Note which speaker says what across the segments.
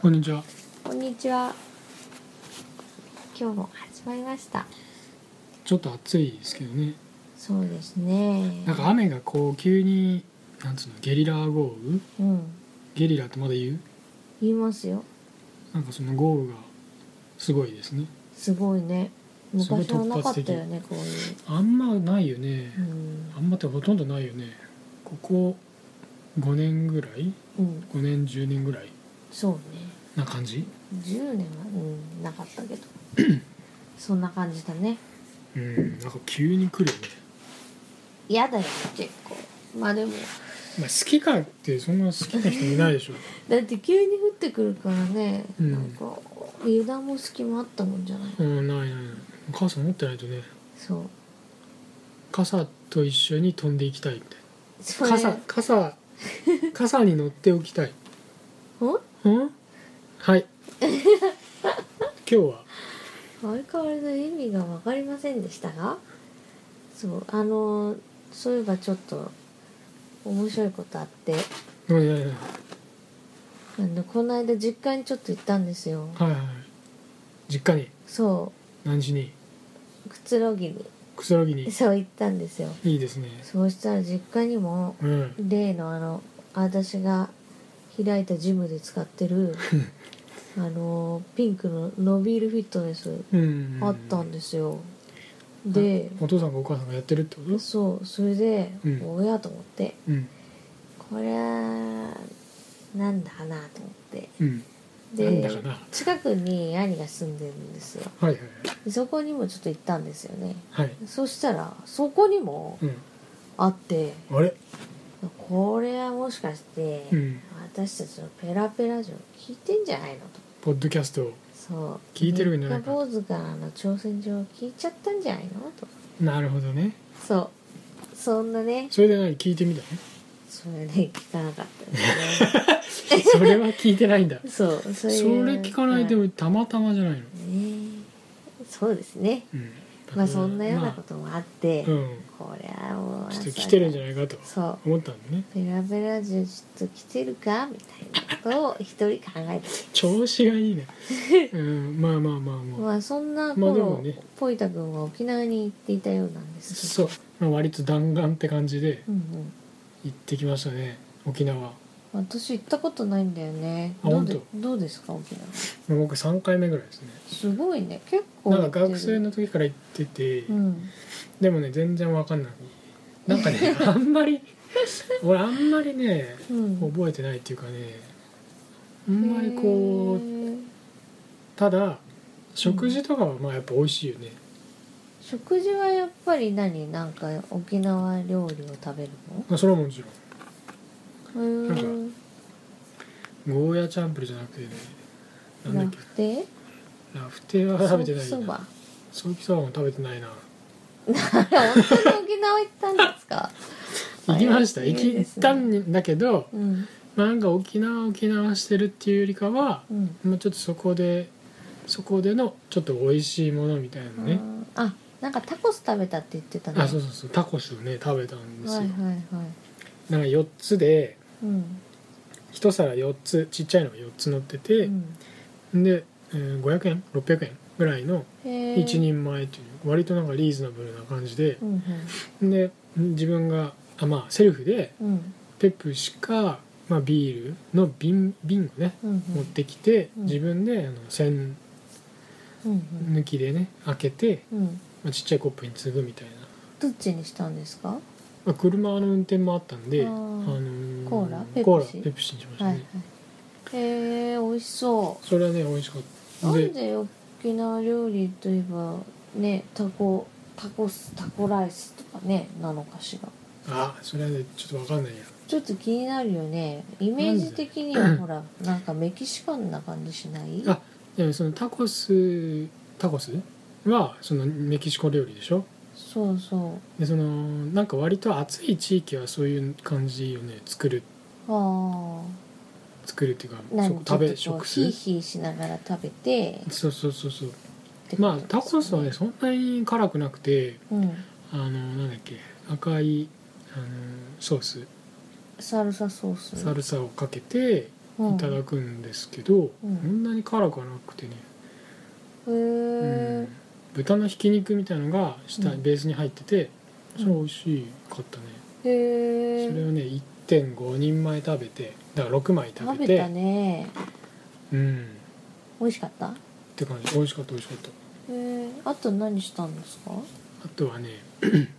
Speaker 1: こんにちは。
Speaker 2: こんにちは。今日も始まりました。
Speaker 1: ちょっと暑いですけどね。
Speaker 2: そうですね。
Speaker 1: なんか雨がこう急に、なんつうの、ゲリラ豪雨。
Speaker 2: うん。
Speaker 1: ゲリラってまだ言う。
Speaker 2: 言いますよ。
Speaker 1: なんかその豪雨が。すごいですね。
Speaker 2: すごいね。
Speaker 1: すごい
Speaker 2: 昔は
Speaker 1: 突
Speaker 2: なかっ
Speaker 1: 発的
Speaker 2: たよね、こういう。
Speaker 1: あんまないよね
Speaker 2: う。ん
Speaker 1: あ。んまってほとんどないよね。ここ。5年ぐらい。
Speaker 2: うん。
Speaker 1: 5年、10年ぐらい。
Speaker 2: そうね。
Speaker 1: な感じ。
Speaker 2: 10年は、うん、なかっ たけど。そんな感じだね。
Speaker 1: うん、なんか急に来るよね。
Speaker 2: 嫌だよね、結構。まあでも、
Speaker 1: まあ、好きかって、そんな好きな人いないでしょ
Speaker 2: だって急に降ってくるからね、
Speaker 1: うん
Speaker 2: なんか、油断も隙もあったもんじゃない。
Speaker 1: うん、ないないない。傘持ってないとね。
Speaker 2: そう。
Speaker 1: 傘と一緒に飛んでいきたいみたいな。
Speaker 2: それ
Speaker 1: 傘傘傘に乗っておきたい
Speaker 2: うん
Speaker 1: うんはい 今日は
Speaker 2: 相変わらず意味が分かりませんでしたがそうあのそういえばちょっと面白いことあって
Speaker 1: うんいやいやいや
Speaker 2: あのこの間実家にちょっと行ったんですよ
Speaker 1: はいはいはい実家に
Speaker 2: そ
Speaker 1: 何時に
Speaker 2: うくつろぎに
Speaker 1: くつろぎに
Speaker 2: そう行ったんですよ
Speaker 1: いいですね
Speaker 2: そうしたら実家にも
Speaker 1: うん
Speaker 2: 例のあの私が開いたジムで使っ てるあのピンクのノビールフィットネス
Speaker 1: うん
Speaker 2: あったんですよで
Speaker 1: お父さんかお母さんがやってるってこと
Speaker 2: そうそれで、
Speaker 1: うん
Speaker 2: おやと思って
Speaker 1: うん
Speaker 2: これはなんだかなと思って
Speaker 1: うんなんだかな
Speaker 2: 近くに兄が住んでるんですよ
Speaker 1: はいはい
Speaker 2: でそこにもちょっと行ったんですよね
Speaker 1: はい
Speaker 2: そしたらそこにも
Speaker 1: うん
Speaker 2: あって
Speaker 1: あれ
Speaker 2: これはもしかして、
Speaker 1: うん
Speaker 2: 私たちのペラペラ城聞いてんじゃないのと
Speaker 1: ポッドキャスト
Speaker 2: そう
Speaker 1: 聞いてるんじゃないか
Speaker 2: 三日坊主からの挑戦状を聞いちゃったんじゃないのと
Speaker 1: なるほどね
Speaker 2: そうそんなね
Speaker 1: それで何聞いてみた
Speaker 2: それね聞かなかったです
Speaker 1: のそ
Speaker 2: ね
Speaker 1: れは聞いてないんだ
Speaker 2: そう そ
Speaker 1: それ聞かないでもたまたまじゃないの
Speaker 2: ねそうですね
Speaker 1: うん
Speaker 2: まあそんなようなこともあって、
Speaker 1: まあうん
Speaker 2: こりゃもう
Speaker 1: ちょっと来てるんじゃ
Speaker 2: い
Speaker 1: ないかと
Speaker 2: そう
Speaker 1: 思ったんでね
Speaker 2: ペラペラじゃちょっと来てるかみたいなことを一人考えて
Speaker 1: 調子がいいね うんまあまあまあまあ
Speaker 2: まあそんな
Speaker 1: まあで
Speaker 2: 頃、
Speaker 1: もね
Speaker 2: ポイタ君は沖縄に行っていたようなんですけ
Speaker 1: そ
Speaker 2: ど
Speaker 1: う、まあ、割と弾丸って感じで
Speaker 2: う、ん
Speaker 1: 行ってきましたね沖縄
Speaker 2: うん、私行ったことないんだよね
Speaker 1: あ
Speaker 2: どうで
Speaker 1: 本
Speaker 2: どうですか沖縄
Speaker 1: もう僕3回目ぐらいですね
Speaker 2: すごいね結構
Speaker 1: なんか
Speaker 2: 行ってる
Speaker 1: 学生の時から行ってて、
Speaker 2: うん
Speaker 1: でもね全然わかんないなんか ねあんまり俺あんまりね
Speaker 2: うん
Speaker 1: 覚えてないっていうかねあんまりこう
Speaker 2: へー
Speaker 1: ただ食事とかはまあやっぱ美味しいよね
Speaker 2: 食事はやっぱり何なんか沖縄料理を食べるの
Speaker 1: まあそれはもちろん
Speaker 2: うー
Speaker 1: なんか
Speaker 2: ん
Speaker 1: ゴーヤチャンプルじゃなくてねなんだ
Speaker 2: ラ
Speaker 1: っけ
Speaker 2: フテ
Speaker 1: ラフテーは食べてない
Speaker 2: ソーキそ
Speaker 1: な
Speaker 2: ば
Speaker 1: ソーキそばも食べてないな
Speaker 2: あれ本当に沖縄行ったんですか
Speaker 1: 行きました
Speaker 2: いい
Speaker 1: 行
Speaker 2: ですね
Speaker 1: き行ったんだけど
Speaker 2: うん
Speaker 1: まあなんか沖縄沖縄してるっていうよりかは
Speaker 2: うん
Speaker 1: まあちょっとそこでそこでのちょっと美味しいものみたいなね
Speaker 2: あーあなんかタコス食べたって言ってたね
Speaker 1: あそうそうそうタコスをね食べたんですよ、
Speaker 2: はいはいはい
Speaker 1: なんか4つで
Speaker 2: うん
Speaker 1: 一皿4つちっちゃいのが4つ乗って
Speaker 2: う
Speaker 1: て、
Speaker 2: ん
Speaker 1: で、えー500円600円ぐらいの
Speaker 2: へー
Speaker 1: 一人前という割となんかリーズナブルな感じで
Speaker 2: う、ん
Speaker 1: で自分があまあセルフで
Speaker 2: うんうん
Speaker 1: ペプシか、まあ、ビールの瓶瓶をね
Speaker 2: うんうん
Speaker 1: 持ってきて、
Speaker 2: うん
Speaker 1: 自分であの栓
Speaker 2: うんうん
Speaker 1: 抜きでね開けて、
Speaker 2: うん
Speaker 1: まあ、ちっちゃいコップに継ぐみたいな、
Speaker 2: どっちにしたんですかは
Speaker 1: まあ、車の運転もあったんで
Speaker 2: あー
Speaker 1: ー
Speaker 2: コーラペプシ
Speaker 1: コーラペプシにしまし
Speaker 2: い
Speaker 1: たね、
Speaker 2: はいへえ美味しそ
Speaker 1: それはね美味しかっ
Speaker 2: う
Speaker 1: た
Speaker 2: な
Speaker 1: で
Speaker 2: んで沖縄料理といえばねタコタコスタコライスとかねなのかしら
Speaker 1: あそれはねちょっと分かんないや
Speaker 2: ちょっと気になるよねイメージ的にはほらなんかメキシカンな感じしない
Speaker 1: あでそのタコスタコスはそのメキシコ料理でしょ
Speaker 2: そうそ
Speaker 1: でそのなんか割と暑い地域はそういう感じよね作る
Speaker 2: うあ
Speaker 1: 作るっていうか
Speaker 2: あ
Speaker 1: そう食べ
Speaker 2: ちょっとこ
Speaker 1: 食
Speaker 2: うヒー
Speaker 1: す
Speaker 2: ヒーしながら食べてって
Speaker 1: そうそうそうそう
Speaker 2: ことですね
Speaker 1: まあタコスはねそんなに辛くなくて
Speaker 2: うん
Speaker 1: あのなんだっけ赤いあのソース
Speaker 2: サルサソース
Speaker 1: サルサをかけて
Speaker 2: うん
Speaker 1: いただくんですけど、
Speaker 2: うん
Speaker 1: こんなに辛くはなくてね、
Speaker 2: へ
Speaker 1: う
Speaker 2: え
Speaker 1: ん豚のひき肉みたいのが下、
Speaker 2: うん
Speaker 1: ベースに入ってて
Speaker 2: うん
Speaker 1: それは美味しかったね、
Speaker 2: へ
Speaker 1: それ
Speaker 2: え
Speaker 1: をね1.5人前食べてだから6枚食
Speaker 2: 食
Speaker 1: べて
Speaker 2: べたね
Speaker 1: うんっ
Speaker 2: 美味しかったへ
Speaker 1: て感じ美味しかった美味しかった
Speaker 2: えあと何したんですか
Speaker 1: あとはね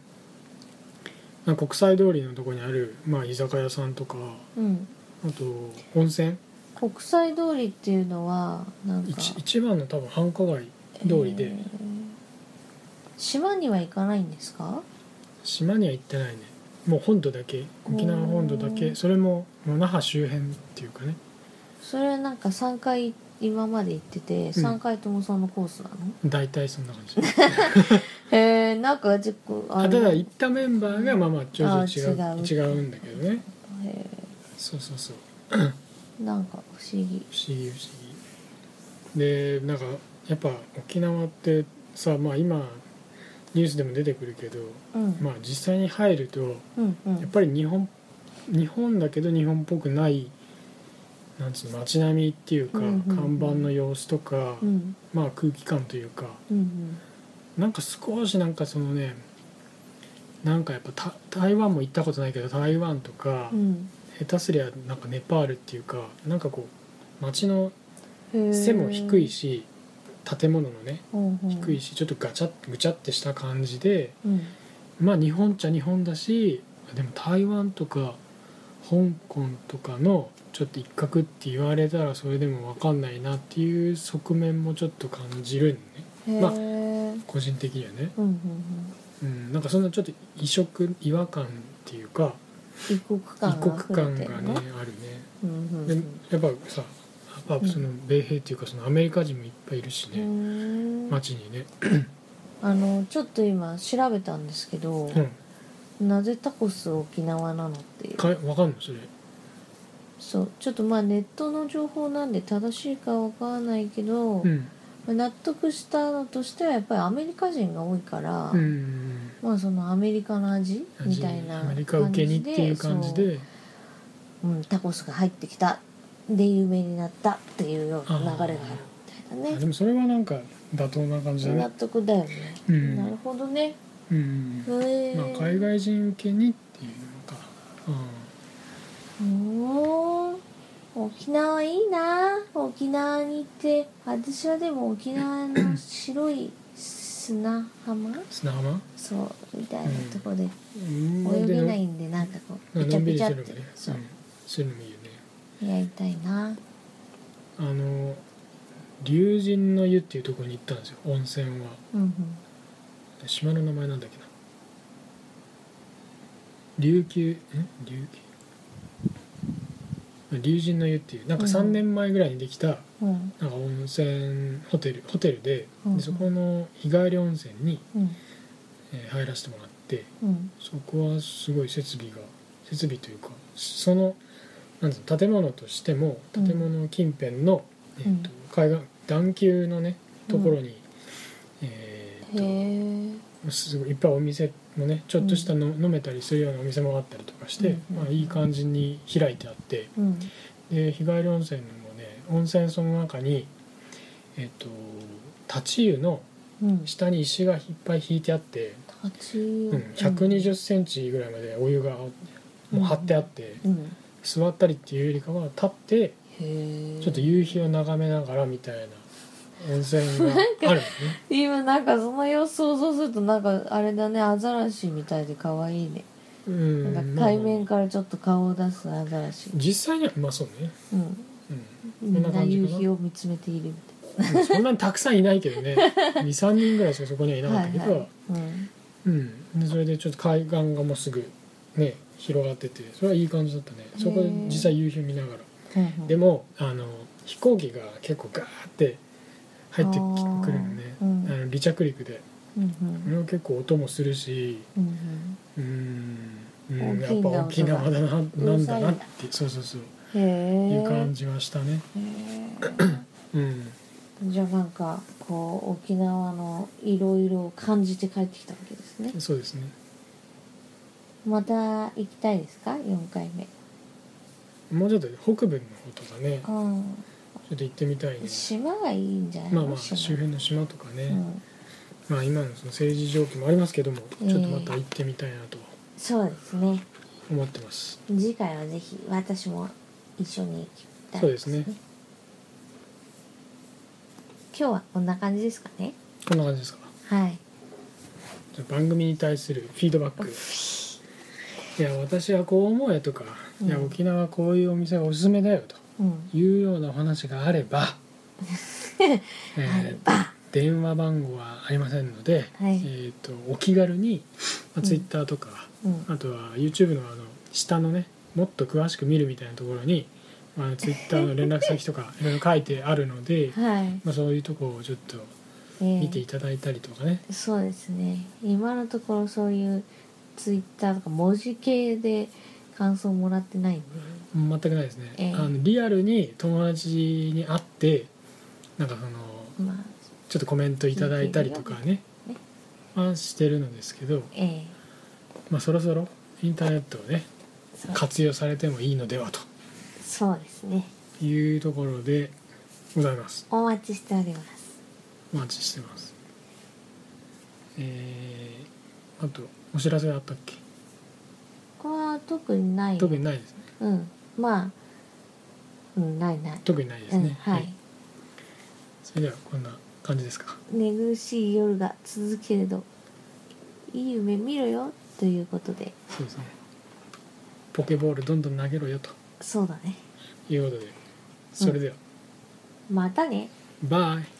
Speaker 1: まあ国際通りのとこにある、まあ、居酒屋さんとか
Speaker 2: うん
Speaker 1: あと温泉
Speaker 2: 国際通りっていうのはなんか
Speaker 1: 一一番の多分繁華街通りで、
Speaker 2: へえ島には行かないんですか
Speaker 1: 島には行ってないねもう本土だけ沖縄本土だ
Speaker 2: おー
Speaker 1: けそれももう那覇周辺っていうかね
Speaker 2: それはなんか3回今まで行ってて3回ともそのコースなの、
Speaker 1: 大体そんな感じ
Speaker 2: へえなんかじあ
Speaker 1: あただ行ったメンバーがまあまあちょ
Speaker 2: あ
Speaker 1: いちょい違
Speaker 2: ー
Speaker 1: う
Speaker 2: 違
Speaker 1: 違
Speaker 2: う
Speaker 1: うんだけどね
Speaker 2: へ
Speaker 1: そうそうそう
Speaker 2: えなんか不思議
Speaker 1: 不思議不思議でなんかやっぱ沖縄ってさまあ今ニュースでも出てくるけど
Speaker 2: うん、
Speaker 1: まあ実際に入ると
Speaker 2: うんう
Speaker 1: やっ
Speaker 2: ん
Speaker 1: ぱり日本日本だけど日本っぽくないなんつうの街並みっていうか、
Speaker 2: うんうんうん
Speaker 1: 看板の様子とか、
Speaker 2: うん
Speaker 1: まあ空気感というか
Speaker 2: うん
Speaker 1: なんか少しなんかそのねなんかやっぱた台湾も行ったことないけど台湾とか、
Speaker 2: うん
Speaker 1: 下手すりゃなんかネパールっていうかなんかこう街の
Speaker 2: うん
Speaker 1: 背も低いし建物のね低
Speaker 2: 低
Speaker 1: いしちょっとガチャぐちゃってした感じで
Speaker 2: うん
Speaker 1: まあ日本っちゃ日本だしでも台湾とか香港とかのちょっと一角って言われたらそれでも分かんないなっていう側面もちょっと感じるんね
Speaker 2: へえ
Speaker 1: まあ
Speaker 2: うん
Speaker 1: 個人的にはね、
Speaker 2: うんう
Speaker 1: う
Speaker 2: ん
Speaker 1: ん、なんかそんなちょっと異色違和感っていうか
Speaker 2: 異国
Speaker 1: 異
Speaker 2: 感
Speaker 1: 国感
Speaker 2: 溢れて
Speaker 1: が
Speaker 2: る
Speaker 1: ね
Speaker 2: の
Speaker 1: あるね
Speaker 2: うんうんう
Speaker 1: で
Speaker 2: ん
Speaker 1: やっぱさやっぱその米兵っていうかそのアメリカ人もいっぱいいるし
Speaker 2: う
Speaker 1: ね
Speaker 2: ん
Speaker 1: 街にね、
Speaker 2: あのちょっと今調べたんですけど、
Speaker 1: うん、
Speaker 2: なぜタコス沖縄なのっていう
Speaker 1: か分かんのそれ
Speaker 2: そうちょっとまあネットの情報なんで正しいかわからないけど、
Speaker 1: うん
Speaker 2: まあ納得したのとしてはやっぱりアメリカ人が多いから、
Speaker 1: うん
Speaker 2: まあそのアメリカの味みたいな
Speaker 1: アメリカ受けにっていう感じで
Speaker 2: そううん、タコスが入ってきたで有名になったっていうような流れがあるみたい
Speaker 1: あ
Speaker 2: な
Speaker 1: で
Speaker 2: ね
Speaker 1: もそれはなんか妥当な感じだ
Speaker 2: 納
Speaker 1: ね、
Speaker 2: 得だよね、
Speaker 1: うん
Speaker 2: なるほどね
Speaker 1: うん
Speaker 2: へえ
Speaker 1: まあ、海外人受けにっていうのか、
Speaker 2: おー沖縄いいな沖縄に行って私はでも沖縄の白い砂浜
Speaker 1: うん、砂浜
Speaker 2: そうみたいなところで
Speaker 1: 泳
Speaker 2: 泳げないんでなんかこう
Speaker 1: の
Speaker 2: ピ
Speaker 1: ん
Speaker 2: チ
Speaker 1: の
Speaker 2: ャ
Speaker 1: んびり
Speaker 2: ピチ
Speaker 1: す
Speaker 2: ャ
Speaker 1: る
Speaker 2: っ
Speaker 1: の
Speaker 2: て
Speaker 1: ね
Speaker 2: そう
Speaker 1: うん、するのもいいよね
Speaker 2: やりたいな
Speaker 1: あの龍神の湯っていうところに行ったんですよ温泉は
Speaker 2: うんうん
Speaker 1: 島の名前なんだっけな琉球ん琉球龍神の湯っていうなんか3年前ぐらいにできた、
Speaker 2: うん
Speaker 1: なんか温泉ホテルホテルで,で、
Speaker 2: うんうん
Speaker 1: そこの日帰り温泉に、
Speaker 2: うん
Speaker 1: えー入らせてもらって
Speaker 2: うん
Speaker 1: そこはすごい設備が設備というかそのなんつうの建物としても
Speaker 2: うん
Speaker 1: 建物近辺の、えーと
Speaker 2: う
Speaker 1: 海岸段丘のね
Speaker 2: う
Speaker 1: と
Speaker 2: ん
Speaker 1: ころに、え
Speaker 2: へ
Speaker 1: ー
Speaker 2: え
Speaker 1: とすごいいっぱいお店もねちょっとしたの、飲めたりするようなお店もあったりとかして、
Speaker 2: うん
Speaker 1: まあ、いい感じに開いてあって。
Speaker 2: うん
Speaker 1: で日帰り温泉もね温泉その中にえっ、と立ち湯の
Speaker 2: うん
Speaker 1: 下に石がいっぱい引いてあって、
Speaker 2: 立ち
Speaker 1: うん、1 2 0ンチぐらいまでお湯がもう張ってあって、
Speaker 2: うん
Speaker 1: 座ったりっていうよりかは立って
Speaker 2: へえ
Speaker 1: ちょっと夕日を眺めながらみたいな温泉があるのね
Speaker 2: 今なんかその様子想像するとなんかあれだねアザラシみたいで可愛いね
Speaker 1: うん
Speaker 2: なんか
Speaker 1: まあ
Speaker 2: 海面からちょっと顔を出すアザラシ、
Speaker 1: 実際にはまあそうね、
Speaker 2: うん、
Speaker 1: うん
Speaker 2: みん
Speaker 1: こんな
Speaker 2: な
Speaker 1: 感じ
Speaker 2: 夕
Speaker 1: かな
Speaker 2: 日を見つめているみ
Speaker 1: うん、そんなにたくさんいないけど ね23人ぐらいしかそこにはい
Speaker 2: た
Speaker 1: ないかったけ
Speaker 2: な
Speaker 1: ど、
Speaker 2: はいはいうん、
Speaker 1: うん、でそれでちょっと海岸がもうすぐね広がっててそれはいい感じだったね
Speaker 2: へー
Speaker 1: そこで実際夕日見ながら
Speaker 2: うんうん
Speaker 1: でもあの飛行機が結構ガーって入ってき
Speaker 2: あー
Speaker 1: くるのね、
Speaker 2: うん
Speaker 1: あの離着陸で
Speaker 2: うん
Speaker 1: それは結構音もするし
Speaker 2: うんうん
Speaker 1: うーん、うん、
Speaker 2: 大
Speaker 1: や
Speaker 2: きい
Speaker 1: っ
Speaker 2: ん
Speaker 1: ぱ
Speaker 2: だ
Speaker 1: 沖縄だな
Speaker 2: が
Speaker 1: なんだな
Speaker 2: うるさ
Speaker 1: っ
Speaker 2: いんだ
Speaker 1: てそうそうそう、
Speaker 2: うん、へえ
Speaker 1: いう感じはしたねうん
Speaker 2: じゃあなんかこう沖縄のいろいろ感じて帰ってきたわけですね
Speaker 1: そうですね
Speaker 2: また行きたいですか4回目
Speaker 1: もうちょっと北部の方とかねちょ
Speaker 2: う
Speaker 1: っと行ってみたいね
Speaker 2: ん、島がいいんじゃない
Speaker 1: まあ
Speaker 2: の
Speaker 1: まあ周辺の島とかね、
Speaker 2: うん、
Speaker 1: まあ今のその政治状況もありますけどもちょっとまた行ってみたいなと
Speaker 2: そうですね
Speaker 1: 思ってます
Speaker 2: 次回はぜひ私も一緒に行きたい
Speaker 1: そうです
Speaker 2: 今日はこんな感じですかね
Speaker 1: こんな感じですか
Speaker 2: はい
Speaker 1: じゃあ番組に対するフィードバックいや私はこう思うやとか、いや
Speaker 2: うん
Speaker 1: 沖縄こういうお店がおすすめだよと
Speaker 2: うん
Speaker 1: いうようなお話があれ ば、えー
Speaker 2: あれば
Speaker 1: 電話番号はありませんので、
Speaker 2: はい
Speaker 1: えー、とお気軽に、ま
Speaker 2: うん
Speaker 1: あ、Twitter とか、
Speaker 2: うん
Speaker 1: あとは YouTube のあの下のねもっと詳しく見るみたいなところに、まあ、Twitter の連絡先とか いろいろ書いてあるので、
Speaker 2: はい、
Speaker 1: まあ、そういうとこをちょっと
Speaker 2: えー
Speaker 1: 見ていただいたりとかね、
Speaker 2: そうですね今のところそういうツイッターとか文字系で感想もらってないんで
Speaker 1: 全くないですね、
Speaker 2: ええ
Speaker 1: あのリアルに友達に会ってなんかその
Speaker 2: まあ
Speaker 1: ちょっとコメントいただいたりとかね
Speaker 2: ね
Speaker 1: はしてるのですけど、
Speaker 2: ええ
Speaker 1: まあ、そろそろインターネットをね
Speaker 2: そう
Speaker 1: 活用されてもいいのではと
Speaker 2: そうですね
Speaker 1: いうところでございます
Speaker 2: お待ちしております
Speaker 1: お待ちしてますえー、あとお知らせあったっけ
Speaker 2: これは特にない
Speaker 1: 特にないですね
Speaker 2: うんまあうんないない
Speaker 1: 特にないです
Speaker 2: う
Speaker 1: ね、
Speaker 2: んは
Speaker 1: はいそれではこんな感じですか
Speaker 2: 寝苦しい夜が続くけれどいい夢見ろよということで
Speaker 1: そうですねポケボールどんどん投げろよと
Speaker 2: そうだね
Speaker 1: いうことでそれでは、
Speaker 2: またね
Speaker 1: バイ